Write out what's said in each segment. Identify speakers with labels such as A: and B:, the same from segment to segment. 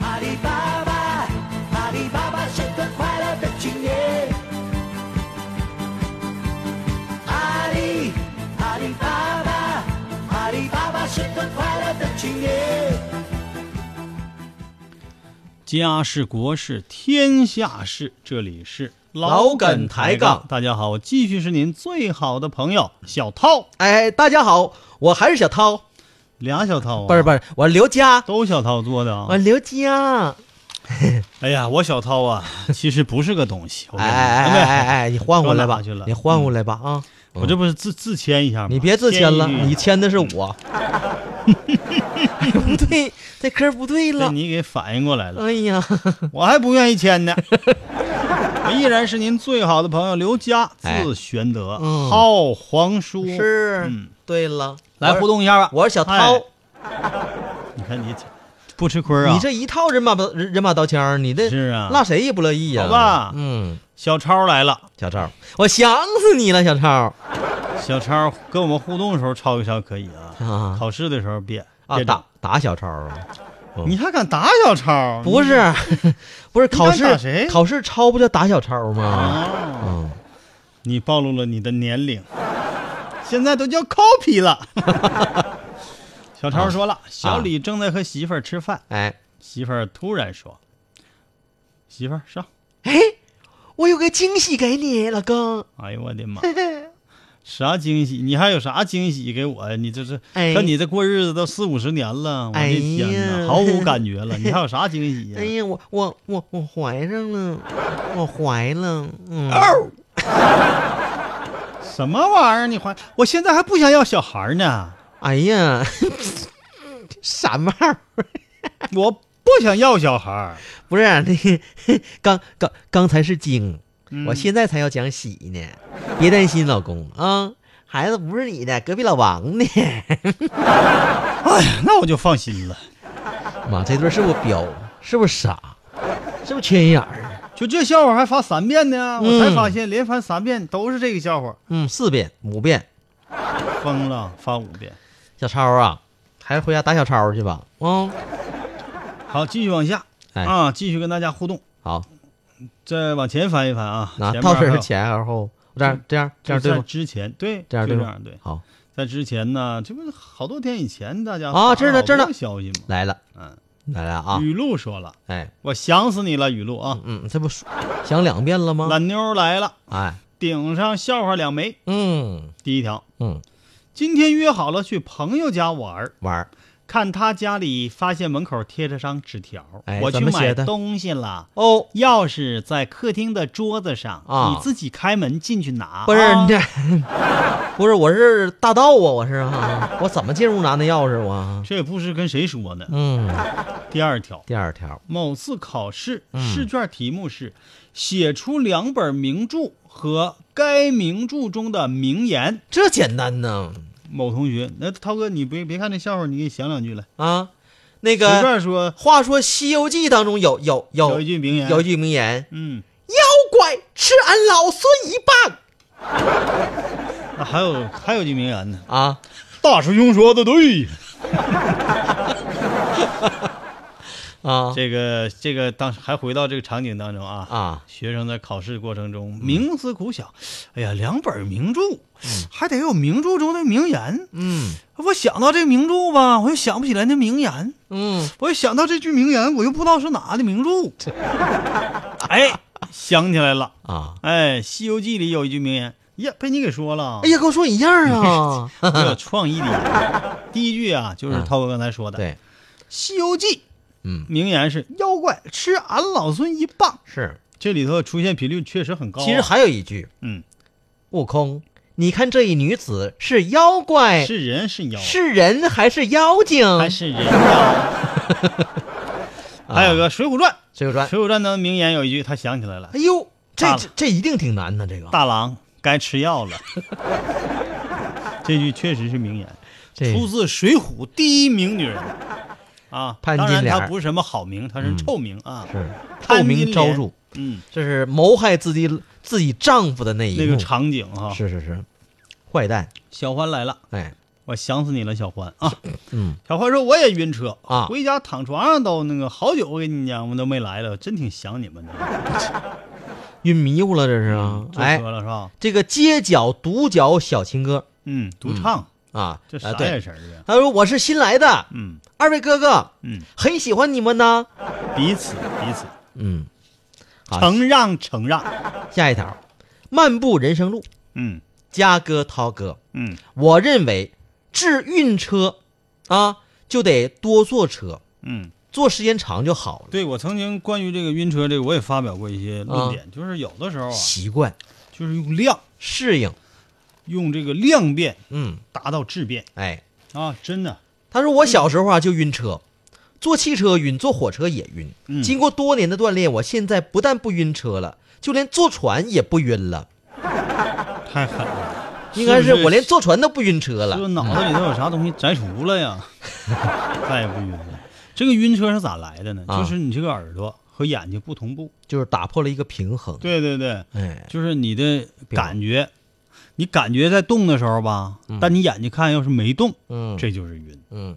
A: 阿里巴巴，阿里巴巴是个快乐的青年。阿里，阿里巴巴，阿里巴巴是个快乐的青年。
B: 家事国事天下事，这里是
C: 老梗抬杠
B: 大家好，我继续是您最好的朋友小涛，
C: 哎，大家好，我还是小涛，
B: 哦俩小涛啊，
C: 不是不是，我刘佳，
B: 都小涛做的啊
C: 我。刘佳，
B: 哎呀，我小涛啊，其实不是个东 西，我
C: 哎
B: 跟你
C: 哎
B: 说
C: 哎哎哎，你换回来
B: 说哪
C: 吧
B: 去了，嗯
C: 你换回来吧啊！
B: 我这不是自自谦一下吗？
C: 你别自谦了，
B: 谦一
C: 你
B: 句
C: 签的是 我，不对，这嗑不对
B: 这
C: 了，
B: 你给反应过来了，
C: 哎呀，
B: 我还不愿意签 呢。我依然是您最好的朋友刘佳，
C: 哎
B: 字玄德，
C: 嗯
B: 号皇叔。
C: 是
B: 嗯，
C: 对了，
B: 来互动一下吧。
C: 我是小
B: 哎
C: 涛，
B: 你看你不吃亏啊？
C: 你这一套人马刀人人马刀枪，你这
B: 是啊
C: 落谁也不乐意呀，
B: 好吧
C: 嗯，
B: 小超来了，
C: 小超，我想死你了，小超
B: 小超跟我们互动的时候抄一抄可以啊，
C: 啊
B: 考试的时候别
C: 啊
B: 别整
C: 打打小超啊，
B: 你还敢打小超？
C: 不是， 不是
B: 嗯你
C: 考
B: 敢打
C: 试
B: 谁
C: 考试抄不就打小抄吗？
B: 哦，
C: 嗯，
B: 你暴露了你的年龄，现在都叫 copy 了。 小超说了，小李正在和媳妇儿吃饭，
C: 哎
B: 媳妇儿突然说：“媳妇儿上。
C: 哎，我有个惊喜给你，老公”。
B: 哎呦我的妈！啥惊喜？你还有啥惊喜给我呀？你这是
C: 哎
B: 和你这过日子都四五十年了，我
C: 哎
B: 的天
C: 呀
B: 哪，毫无感觉 了。你还有啥惊喜呀
C: 哎？呀，我我我我怀上了，我怀了，嗯，
B: 什么玩意儿？你怀？我现在还不想要小孩儿 呢，
C: 哎呀，傻帽儿，
B: 我不想要小孩儿。
C: 不是啊那个，刚刚刚才是惊，
B: 嗯
C: 我现在才要讲喜呢，别担心，老公啊，孩子不是你的，隔壁老王的。
B: 那我就放心了。
C: 妈，这对儿是不是彪？是不是傻？是不是缺心眼儿？
B: 就这笑话还发三遍呢，
C: 嗯
B: 我才发现连发三遍都是这个笑话，
C: 嗯，四遍五遍，
B: 疯了，发五遍。
C: 小超啊，还是回家打小超去吧。嗯，
B: 好，继续往下
C: 哎
B: 啊，继续跟大家互动。
C: 好，
B: 再往前翻一翻啊，
C: 拿
B: 前面
C: 到
B: 还
C: 手
B: 有嗯
C: 是前而后，这样这样这
B: 就在
C: 样对吗？
B: 之前对，
C: 这样
B: 就
C: 对
B: 这
C: 吗
B: 样对，
C: 好，
B: 在之前呢，这不是好多天以前大家
C: 啊这儿呢
B: 发了
C: 这儿呢
B: 好多消息吗？
C: 来了，
B: 嗯，
C: 来了啊！
B: 雨露说了，
C: 哎，
B: 我想死你了，雨露啊，
C: 嗯，这不说想两遍了吗？
B: 懒妞儿来了，
C: 哎，
B: 顶上笑话两枚。
C: 嗯
B: 第一条，
C: 嗯，
B: 今天约好了去朋友家玩儿，
C: 玩儿
B: 看他家里发现门口贴着张纸条，
C: 哎
B: 我
C: 怎
B: 去
C: 么写
B: 买
C: 的
B: 东西了。
C: 哦，
B: 钥匙在客厅的桌子上，
C: 啊
B: 你自己开门进去拿。
C: 不是
B: 啊
C: 你这， 不是我是大盗啊，我是啊，我怎么进屋拿那钥匙我啊？
B: 这也不知跟谁说呢。
C: 嗯，
B: 第二条，
C: 第二条，
B: 某次考试
C: 嗯
B: 试卷题目是写出两本名著和该名著中的名言。
C: 这简单呢
B: 某同学，那涛哥，你别别看这笑话，你给想两句来。
C: 啊，那
B: 随
C: 个
B: 便说
C: 话说《西游记》当中有有有
B: 有一句名言，
C: 有一句名言
B: 嗯，：“
C: 妖怪吃俺老孙一棒
B: 那还有还有一句名言呢，”
C: 啊，
B: 大师兄说的对。
C: 啊
B: 这个这个当时还回到这个场景当中啊嗯
C: 啊！
B: 学生在考试过程中冥思苦想，哎呀，两本名著，还得有名著中的名言。
C: 嗯
B: 我想到这名著吧，我又想不起来那名言；
C: 嗯，
B: 我又想到这句名言，我又不知道是哪的名 著。哎，想起来了，
C: 啊，
B: 哎，《西游记》里有一句名言，呀，被你给说了。
C: 哎呀，跟我说一样啊！
B: 没有创意的人。第一句啊，就是
C: 嗯
B: 涛哥刚才说的，
C: 对，
B: 西游记》
C: 嗯，
B: 名言是“妖怪吃俺老孙一棒
C: 是。”，
B: 这里头出现频率确实很高啊、
C: 其实还有一句，
B: 嗯，
C: 悟空，你看这一女子是妖怪，
B: 是人哎是妖，
C: 是人还是妖精？
B: 还是人妖？
C: 啊
B: 还有个《水浒传》，
C: 《水浒传
B: 《水浒传》的名言有一句，他想起来了：“
C: 哎呦，这
B: 大
C: 这这一定挺难的，这个
B: 大郎该吃药了。” 这句确实是名言，
C: 这
B: 出自《水浒》第一名女人啊。
C: 潘
B: 当
C: 金
B: 然，
C: 莲
B: 她不是什么好名，她是臭名啊。
C: 是臭
B: 潘金
C: 名昭
B: 莲
C: 著，
B: 嗯，
C: 这是谋害自己自己丈夫的那一
B: 那
C: 幕
B: 个场景哈、啊
C: 是是是，坏蛋，
B: 小欢来了，
C: 哎，
B: 我想死你了，小欢啊！
C: 嗯，
B: 小欢说我也晕车
C: 啊
B: 回家躺床上都那个好久，我跟你讲，我都没来了，真挺想你们的。
C: 哎晕迷糊了这是啊，
B: 坐
C: 哎
B: 车，了是吧？
C: 这个街角独角小情歌
B: 嗯，独唱，
C: 啊，
B: 这啥
C: 啊
B: 眼
C: 对，
B: 神儿啊？
C: 他说我是新来的，
B: 嗯
C: 二位哥哥，
B: 嗯，
C: 很喜欢你们呢，
B: 彼此彼此，
C: 嗯，好，
B: 承让承让，
C: 下一条，漫步人生路，
B: 嗯
C: 嘉哥涛哥，
B: 嗯
C: 我认为治晕车啊就得多坐车，
B: 嗯。
C: 坐时间长就好了，
B: 对，我曾经关于这个晕车这个，我也发表过一些论点，就是有的时候啊，
C: 习惯
B: 就是用量，
C: 适应，
B: 用这个量变
C: 嗯，
B: 达到质变
C: 哎，
B: 啊，真的，
C: 他说我小时候啊就晕车，坐汽车晕，坐火车也晕。
B: 嗯
C: 经过多年的锻炼，我现在不但不晕车了，就连坐船也不晕了。
B: 太狠了。
C: 应该
B: 是不是
C: 我连坐船都不晕车
B: 这
C: 了。
B: 脑子里头有啥东西摘除了呀？再也不晕了。这个晕车是咋来的呢？
C: 啊
B: 就是你这个耳朵和眼睛不同步。
C: 就是打破了一个平衡。
B: 对对对，
C: 哎，
B: 就是你的感觉，你感觉在动的时候吧，但你眼睛看要是没动，
C: 嗯，
B: 这就是晕。
C: 嗯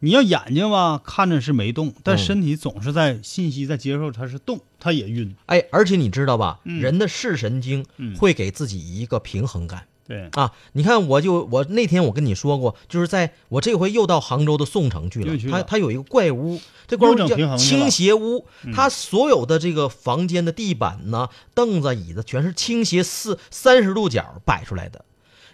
B: 你要眼睛吧看着是没动，但
C: 嗯
B: 身体总是在信息在接受，它是动，它也晕。
C: 哎，而且你知道吧，
B: 嗯
C: 人的视神经
B: 嗯
C: 会给自己一个平衡感。
B: 对，
C: 啊，你看，我就我那天我跟你说过，就是在我这回又到杭州的宋城去了
B: 又去，
C: 它
B: 了
C: 它有一个怪屋，这怪屋
B: 又整平
C: 叫
B: 衡去
C: 倾
B: 了嗯
C: 斜屋，它所有的这个房间的地板呐、凳子、椅子全是倾斜四三十度角摆出来的，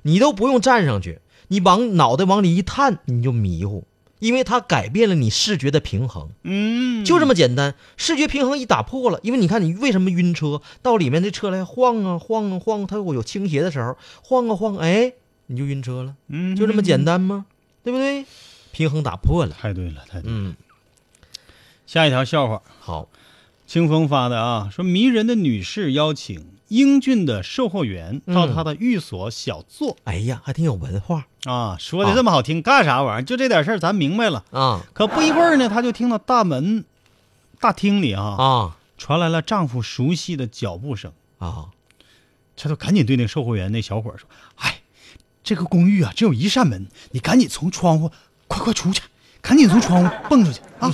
C: 你都不用站上去，你往脑袋往里一探你就迷糊，因为它改变了你视觉的平衡。
B: 嗯，
C: 就这么简单，视觉平衡一打破了，因为你看你为什么晕车，到里面这车来晃啊晃啊晃，它会有倾斜的时候，晃啊晃，哎，你就晕车了，
B: 嗯，
C: 就这么简单吗？对不对？平衡打破了，
B: 太对了，太对了。
C: 嗯，
B: 下一条笑话，
C: 好，
B: 清风发的啊，说迷人的女士邀请英俊的售货员到
C: 嗯
B: 她的寓所小坐、
C: 哎呀，还挺有文化
B: 啊，说的这么好听，干啥玩意儿？就这点事儿，咱明白了。
C: 啊
B: 可不一会儿呢，她就听到大门大厅里啊
C: 啊
B: 传来了丈夫熟悉的脚步声，
C: 啊，
B: 她就赶紧对那售货员那小伙儿说：“哎，这个公寓啊，只有一扇门，你赶紧从窗户，快快出去，赶紧从窗户蹦出去啊！”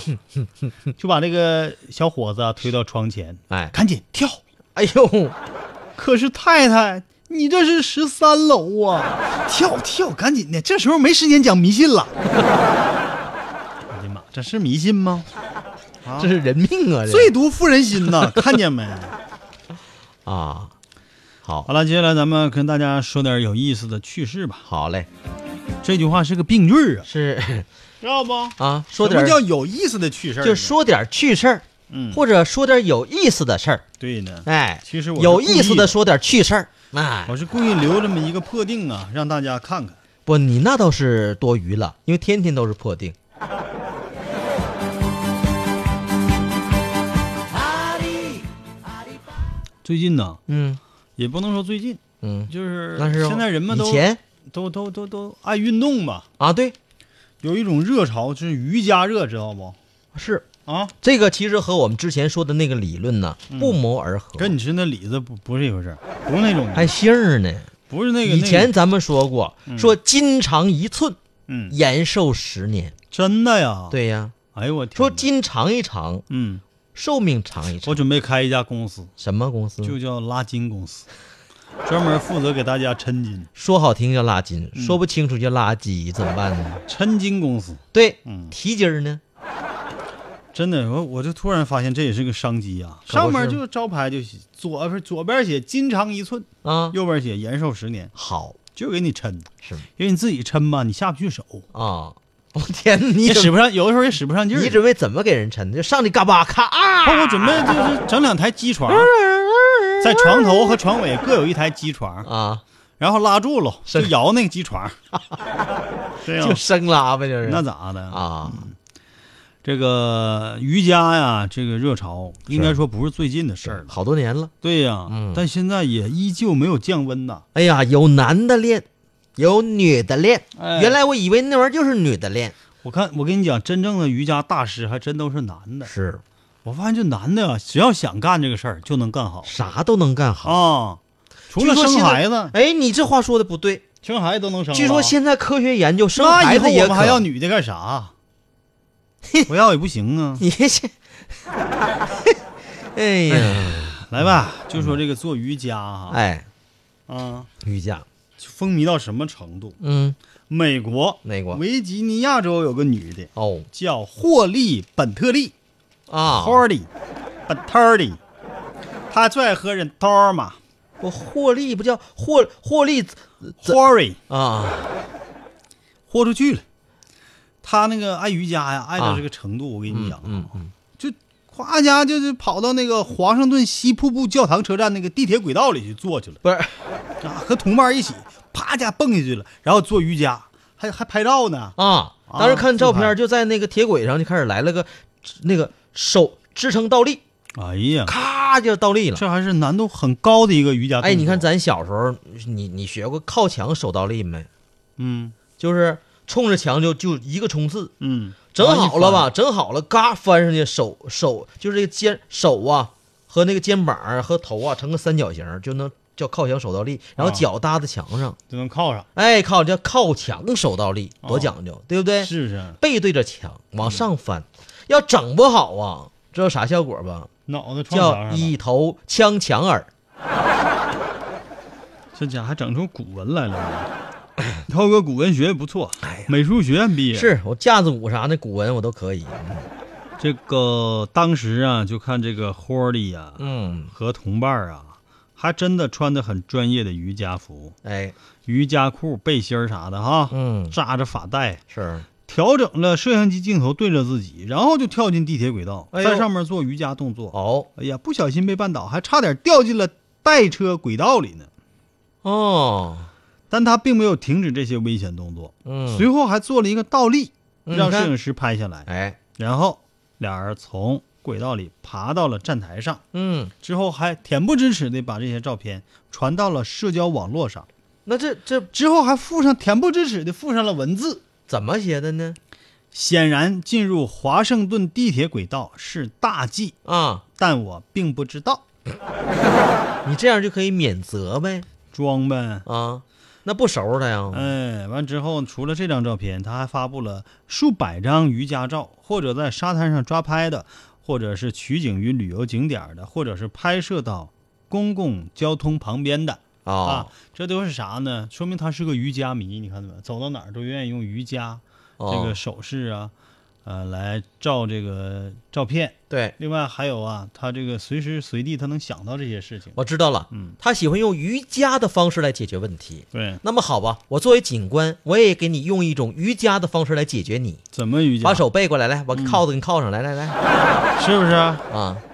B: 就把这个小伙子啊推到窗前，
C: 哎，
B: 赶紧跳。
C: 哎呦，
B: 可是太太，你这是十三楼啊！跳跳，赶紧的，这时候没时间讲迷信了。我哎的妈，这是迷信吗？
C: 这是人命啊，这
B: 最毒妇人心 呐，看见没？
C: 啊，好
B: 好，了，接下来咱们跟大家说点有意思的趣事吧。
C: 好 嘞，
B: 这句话是个病句儿啊，
C: 是
B: 知道不？
C: 啊，说
B: 什么
C: 点儿
B: 叫有意思的趣事儿呢？
C: 就说点儿趣事儿，
B: 嗯
C: 或者说点儿有意思的事儿，
B: 对呢。
C: 哎，
B: 其实我是
C: 有意思
B: 故意的
C: 的说点趣事儿，哎，
B: 我是故意留这么一个破定啊，让大家看看。
C: 不，你那倒是多余了，因为天天都是破定。
B: 最近呢，
C: 嗯
B: 也不能说最近，
C: 嗯，
B: 就是
C: 那是
B: 现在人们都
C: 以前
B: 都都都都爱运动吧，
C: 啊，对，
B: 有一种热潮就是瑜伽热，知道不？
C: 是
B: 啊，
C: 这个，其实和我们之前说的那个理论呢不谋而合，
B: 嗯跟你吃那李子不不是一回事儿，不是那种，
C: 还杏儿呢。
B: 不是那个嗯
C: 以前
B: 那个
C: 咱们说过，说筋长一寸，
B: 嗯，
C: 延寿十年。
B: 真的呀，，
C: 对呀，
B: 哎呦我天
C: 说
B: 哪
C: 筋长一长，
B: 嗯，
C: 寿命长一
B: 我
C: 长。
B: 准备开一家公司，
C: 什么公司？
B: 就叫拉筋公司，专门负责给大家抻筋，
C: 说好听叫拉筋，
B: 嗯
C: 说不清楚叫拉鸡，怎么办呢？
B: 抻筋公司，
C: 对，
B: 嗯
C: 提筋儿呢？
B: 真的，我我就突然发现这也是个商机啊，
C: 可不是
B: 上面就招牌就写左不是左边写筋长一寸，
C: 啊，
B: 右边写延寿十年，
C: 好
B: 就给你抻，
C: 是吗
B: 因为你自己抻吧，你下不去手。
C: 啊！我天，你
B: 也
C: 怎么
B: 使不上，有的时候也使不上劲儿。
C: 你准备怎么给人抻？就上去嘎巴咔啊！
B: 我准备就是整两台机床，在床头和床尾各有一台机床，
C: 啊，
B: 然后拉住了就是摇那个机 床。对呀
C: 就，生拉呗，就
B: 哎
C: 是
B: 那嗯咋的？
C: 啊，
B: 这个瑜伽呀，这个热潮应该说不是最近的事儿了。
C: 好多年了。
B: 对呀
C: 嗯，
B: 但现在也依旧没有降温呐。
C: 哎呀，有男的练，有女的练。
B: 哎
C: 原来我以为那玩意儿就是女的练，
B: 我看，我跟你讲，真正的瑜伽大师还真都是男的。
C: 是
B: 我发现这男的啊，只要想干这个事儿，就能干好
C: 啥都能干好。
B: 啊。除了
C: 据说
B: 生
C: 现在
B: 孩子，
C: 哎，你这话说的不对，
B: 生孩子都能生了。
C: 据说现在科学研究生
B: 那
C: 孩
B: 以后
C: 子
B: 我
C: 也
B: 们
C: 可
B: 还要女的干 啥？不要也不行啊。
C: 你这， 哎呀，
B: 来 吧，就说这个做瑜伽哈，
C: 哎，
B: 啊，
C: 瑜伽，
B: 就风靡到什么程度？
C: 嗯，
B: 美国，
C: 美国
B: 维吉尼亚州有个女的
C: 哦
B: 叫霍利·本特利
C: 啊，
B: ，Holly，本特利，她最爱喝人刀嘛
C: 不获利不叫获获利
B: ，Horry，
C: 啊，
B: 豁出去了。她那个爱瑜伽呀，爱到
C: 啊
B: 这个程度，我跟你
C: 嗯
B: 讲，
C: 嗯嗯，
B: 就夸家就是跑到那个华盛顿西瀑布教堂车站那个地铁轨道里去坐去了。
C: 不是
B: 啊，和同伴一起啪家蹦下去了，然后做瑜伽，还还拍照呢。
C: 啊，
B: 啊
C: 当时看照
B: 自拍
C: 片就在那个铁轨上就开始来了个那个手支撑倒立，
B: 哎呀，
C: 咔就倒立了。
B: 这还是难度很高的一个瑜伽动作。
C: 哎，你看，咱小时候，你你学过靠墙手倒立没？
B: 嗯
C: 就是冲着墙就就一个冲刺，
B: 嗯，
C: 整好了
B: 然后
C: 吧？整好了，嘎翻上去，手手就是这个肩手啊和那个肩膀啊和头啊成个三角形，就能叫靠墙手倒立。然后
B: 啊
C: 脚搭在墙上，
B: 一翻就能靠上，
C: 哎，靠，叫靠墙手倒立，多
B: 哦
C: 讲究，对不对？
B: 是不是？
C: 背对着墙往上翻，要整不好啊，知道啥效果吧？
B: 脑袋撞墙
C: 叫
B: 上了，
C: 一头呛墙耳。
B: 这家还整出古文来了。涛哥古文学不错，
C: 哎呀
B: 美术学院毕业。
C: 是我架子鼓啥的古文我都可以。
B: 这个当时啊，就看这个啊霍利呀、
C: 嗯，
B: 和同伴儿啊，还真的穿的很专业的瑜伽服、
C: 哎，
B: 瑜伽裤、背心儿啥的哈，
C: 嗯，
B: 扎着发带，
C: 是
B: 调整了摄像机镜头对着自己，然后就跳进地铁轨道，
C: 哎呦
B: 在上面做瑜伽动作。
C: 哦
B: 哎呀，不小心被绊倒，还差点掉进了待车轨道里呢。
C: 哦，
B: 但他并没有停止这些危险动作，
C: 嗯，
B: 随后还做了一个倒立，
C: 嗯
B: 让
C: 你看
B: 摄影师拍下来。
C: 哎，
B: 然后俩人从轨道里爬到了站台上，
C: 嗯，
B: 之后还恬不知耻地把这些照片传到了社交网络上，
C: 那这这
B: 之后还附上恬不知耻地附上了文字。
C: 怎么写的呢？
B: 显然，进入华盛顿地铁轨道是大忌，
C: 啊，
B: 但我并不知道，
C: 你这样就可以免责呗
B: 装呗。
C: 啊，那不收他呀？
B: 哎，完之后，除了这张照片，他还发布了数百张瑜伽照，或者在沙滩上抓拍的，或者是取景于旅游景点的，或者是拍摄到公共交通旁边的。啊
C: 啊，，
B: 这都是啥呢？说明他是个瑜伽迷，你看到没有？走到哪儿都愿意用瑜伽、
C: 哦
B: 这个手势啊，呃，来照这个照片。
C: 对，
B: 另外还有啊，他这个随时随地他能想到这些事情。
C: 我知道了，
B: 嗯，
C: 他喜欢用瑜伽的方式来解决问题。
B: 对，
C: 那么好吧，我作为警官，我也给你用一种瑜伽的方式来解决你。
B: 怎么瑜伽？嗯
C: 把手背过来，来，把铐子给你铐上来，来来
B: 是不是啊？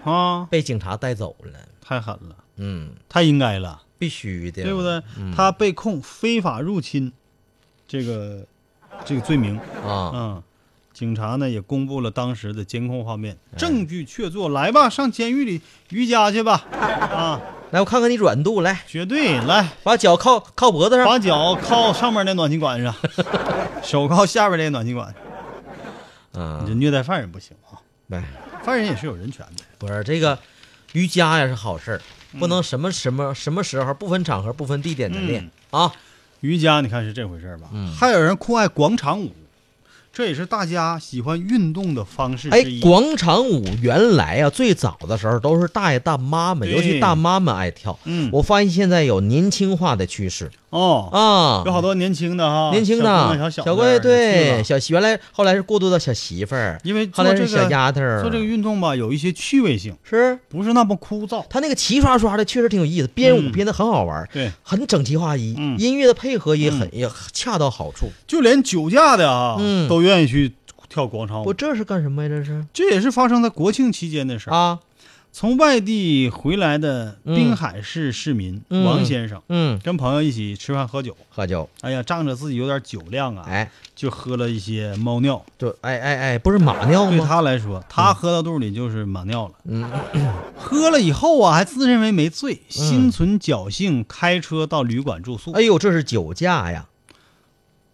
C: 啊！被警察带走了，
B: 太狠了，
C: 嗯，
B: 太应该了，
C: 必须的，
B: 对不对？
C: 嗯
B: 他被控非法入侵，这个这个罪名。
C: 啊？
B: 嗯，警察呢也公布了当时的监控画面，
C: 哎
B: 证据确凿，来吧，上监狱里瑜伽去吧，啊，
C: 来，我看看你软度，来，
B: 绝对来，
C: 把脚靠靠脖子上
B: 把脚靠上面那暖气管上， 手靠下边那暖气管，
C: 啊
B: 你这！虐待犯人不行啊，
C: 来，
B: 犯人也是有人权的，
C: 不是这个瑜伽呀是好事儿，
B: 嗯
C: 不能什么什么什么时候不分场合不分地点的练
B: 嗯
C: 啊！
B: 瑜伽你看是这回事儿吧？
C: 嗯
B: 还有人酷爱广场舞，这也是大家喜欢运动的方式
C: 哎
B: 之一。，
C: 广场舞原来啊最早的时候都是大爷大妈们，
B: 对
C: 尤其大妈们爱跳。
B: 嗯
C: 我发现现在有年轻化的趋势
B: 哦，
C: 啊，
B: 有好多年轻的哈，
C: 哦年轻
B: 小姑娘
C: 的
B: 小
C: 小
B: 伙子
C: 闺
B: 儿去
C: 对
B: 了
C: 小媳原来后来是过渡到小媳妇儿，
B: 因为
C: 后
B: 做
C: 来
B: 这
C: 是
B: 个
C: 小丫头儿，
B: 做这个运动吧，有一些趣味性，
C: 是
B: 不是那么枯燥。
C: 她那个齐刷刷的，确实挺有意思，编舞
B: 嗯
C: 编的很好玩儿，
B: 对，
C: 很整齐划一，
B: 嗯
C: 音乐的配合也很、也恰到好处。
B: 就连酒驾的啊，
C: 嗯
B: 都愿意去跳广场
C: 我
B: 舞。
C: 这是干什么呀？这是
B: 这也是发生在国庆期间的事儿。
C: 啊，
B: 从外地回来的
C: 嗯
B: 滨海市市民、
C: 嗯
B: 王先生，
C: 嗯，
B: 跟朋友一起吃饭喝酒，
C: 喝酒，
B: 哎呀，仗着自己有点酒量啊，
C: 哎，
B: 就喝了一些猫尿。
C: 就哎哎哎，不是马尿
B: 对
C: 吗？
B: 他来说，他喝到肚里就是马尿了。
C: 嗯，
B: 喝了以后啊，还自认为没醉，心存侥幸，开车到旅馆住宿。
C: 哎呦，这是酒驾呀，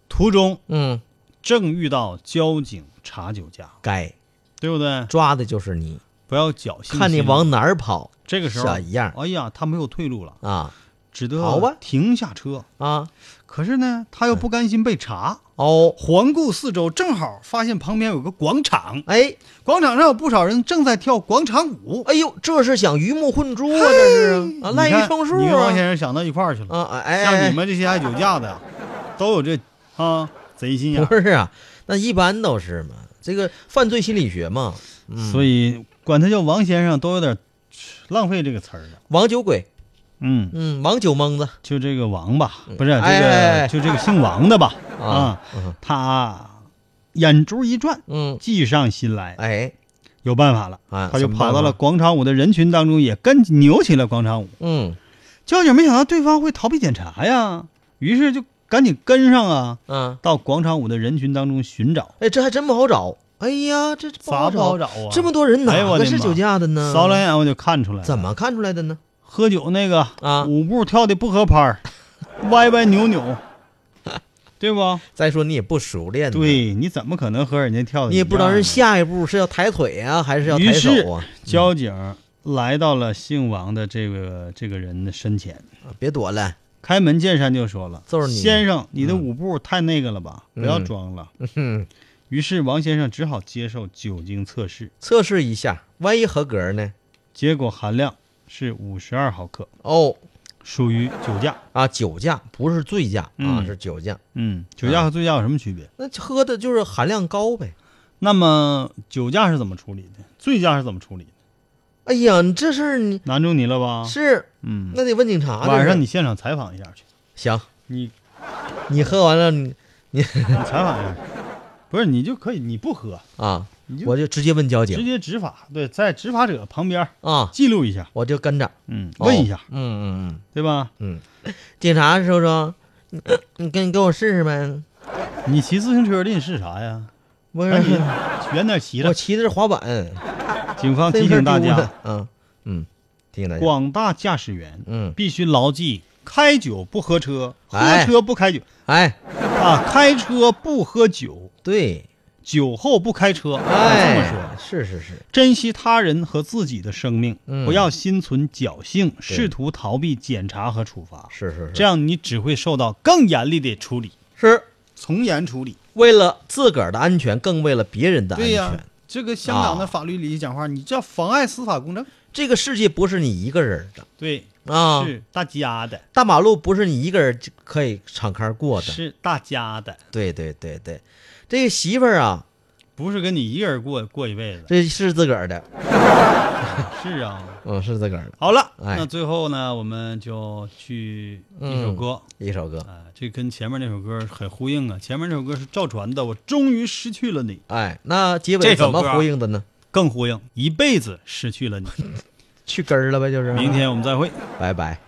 B: 途中
C: 嗯，
B: 正遇到交警查酒驾，
C: 该
B: 对不对？
C: 抓的就是你，
B: 不要侥幸心理，啊
C: 看你往哪儿跑，
B: 这个时候
C: 小一样
B: 哎呀，他没有退路了，
C: 啊，哎
B: 只
C: 好吧
B: 得停下车。
C: 啊，
B: 可是呢，他又不甘心被查，
C: 哦，
B: 环顾四周，正好发现旁边有个广场，
C: 哎，
B: 广场上有不少人正在跳广场舞。
C: 哎呦，这是想鱼目混珠啊，这是啊，滥
B: 你
C: 竽
B: 看
C: 充数
B: 你跟王
C: 啊，
B: 先生想到一块儿去了。
C: 啊，哎哎，哎
B: 像你们这些爱酒驾的，都有这啊贼心眼儿。
C: 不是啊，那一般都是嘛，这个犯罪心理学嘛，嗯，
B: 所以管他叫王先生都有点浪费这个词儿了。
C: 王酒鬼，
B: 嗯，
C: 嗯，王酒蒙子
B: 就这个王吧，不是这
C: 哎哎哎
B: 个，就这个姓王的吧，
C: 啊
B: 啊，
C: 嗯
B: 他眼珠一转，
C: 嗯，
B: 计上心来，
C: 哎，
B: 有办法了，
C: 啊，
B: 他就
C: 怎么办
B: 跑到
C: 呢
B: 了，广场舞的人群当中，也跟扭起了广场舞。
C: 嗯
B: 交警没想到对方会逃避检查呀，于是就赶紧跟上啊，
C: 啊，
B: 到广场舞的人群当中寻找，
C: 哎，这还真不好找，哎呀，这这
B: 咋不
C: 好
B: 好找啊？
C: 这么多人，
B: 哎
C: 哪
B: 我
C: 个
B: 的
C: 是
B: 妈
C: 酒驾的呢？
B: 扫两眼我就看出来了，
C: 怎么看出来的呢？
B: 喝酒那个
C: 啊
B: 舞步跳的不合拍儿，歪歪扭扭，对不？
C: 再说你也不熟练，，
B: 对，你怎么可能和人家跳的？
C: 你也不知道人。下一步是要抬腿啊，还是要抬
B: 啊于是
C: 手啊？
B: 交警来到了姓王的这个这个人的身前，
C: 啊别躲了，
B: 开门见山就说了：“
C: 就是你
B: 先生，你的舞步太那个了吧，
C: 嗯
B: 不要装了。
C: 哼，
B: 于是王先生只好接受酒精测试，
C: 测试一下，万一合格呢？
B: 结果含量是五十二毫克，
C: 哦
B: 属于酒驾。
C: 啊，酒驾不是醉驾啊，
B: 嗯
C: 是酒驾，
B: 嗯，酒驾和醉驾有什么区别？
C: 那就喝的就是含量高呗。
B: 那么酒驾是怎么处理的？醉驾是怎么处理的？
C: 哎呀，你这事儿你
B: 难住你了吧？
C: 是
B: 嗯，
C: 那得问警察。
B: 晚
C: 这
B: 上
C: 是
B: 你现场采访一下去，
C: 行，
B: 你
C: 你喝完了你
B: 你采访一下，不是你就可以，你不喝，
C: 啊
B: 你，就
C: 我就直接问交
B: 直
C: 警
B: 接执法，对，在执法者旁边
C: 啊，
B: 记录一下，
C: 我就跟着
B: 嗯，问一下
C: 哦，嗯嗯
B: 对吧？
C: 嗯嗯，警察叔叔，你你跟你给我试试呗。
B: 你骑自行车的你是啥呀？
C: 我
B: 赶紧远点骑
C: 我
B: 了。
C: 骑的是滑板，
B: 警方
C: 自
B: 提
C: 行车
B: 醒大
C: 丢
B: 家，
C: 的，嗯嗯，提醒大家，
B: 广大驾驶员
C: 嗯，
B: 必须牢记：开酒不喝车，
C: 哎
B: 喝车不开酒
C: 哎，
B: 啊，开车不喝酒，
C: 对，
B: 酒后不开车。
C: 哎，
B: 啊这么说。
C: 是是是，
B: 珍惜他人和自己的生命，
C: 嗯
B: 不要心存侥幸，试图逃避检查和处罚，
C: 是是是，
B: 这样你只会受到更严厉的处理，
C: 是
B: 从严处理。
C: 为了自个儿的安全，更为了别人的安
B: 对呀、
C: 全。啊
B: 这个香港的法律里讲话，你叫妨碍司法公正，
C: 这个世界不是你一个人的
B: 对，
C: 啊，
B: 是大家的，
C: 大马路不是你一个人就可以敞开过的。
B: 是大家的，
C: 对对对对，这个媳妇儿啊，
B: 不是跟你一个人过过一辈 子。
C: 这是自个儿的，
B: 是啊，
C: 嗯，是自个儿的
B: 好了，
C: 哎
B: 那最后呢，我们就去一首歌。
C: 一首歌。
B: 啊，这跟前面那首歌很呼应啊！前面那首歌是赵传的《我终于失去了你》，
C: 哎，那结尾
B: 这
C: 怎
B: 首歌
C: 么
B: 啊
C: 呼应的呢？
B: 更呼应，一辈子失去了你。
C: 去根儿了呗，就是。
B: 明，天我们再会。
C: 拜拜。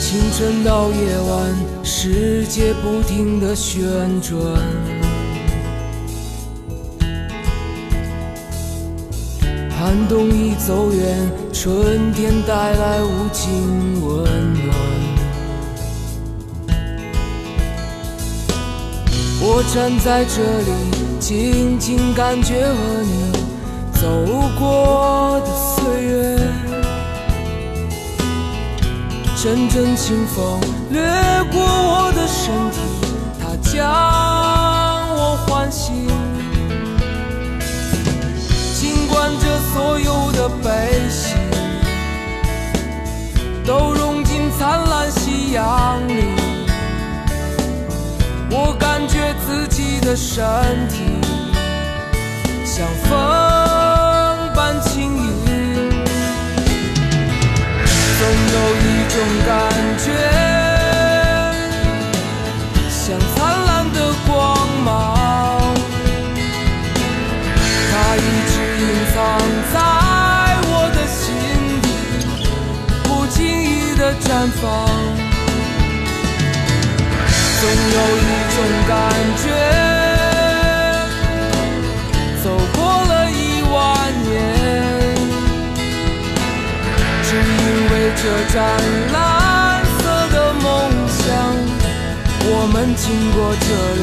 D: 清晨到夜晚，世界不停地旋转。寒冬已走远，春天带来无尽温暖。我站在这里，静静感觉和你走过的岁月。阵阵清风掠过我的身体，它将我唤醒。尽管这所有的悲喜都融进灿烂夕阳里，我感觉自己的身体像风般轻盈。总有一种感觉，像灿烂的光芒，总有一种感觉，走过了一万年，只因为这盏蓝色的梦想，我们经过这里。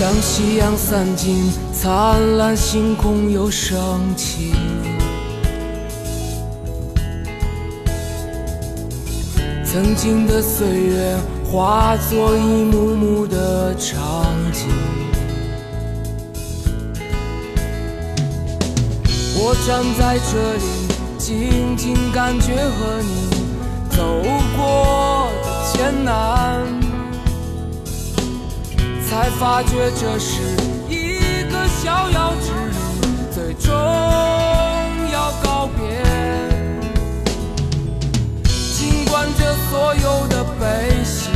D: 当夕阳散尽，灿烂星空又升起。曾经的岁月化作一幕幕的场景，我站在这里，静静感觉和你走过的艰难。才发觉这是一个逍遥之旅，最终要告别。尽管这所有的悲喜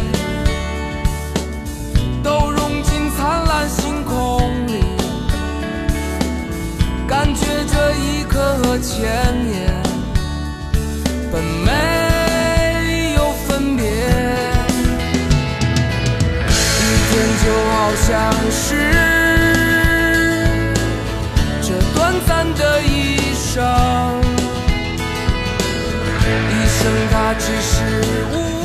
D: 都融进灿烂星空里，感觉这一刻和千年本没有分别。一天就好像是这短暂的一生，一生它只是无。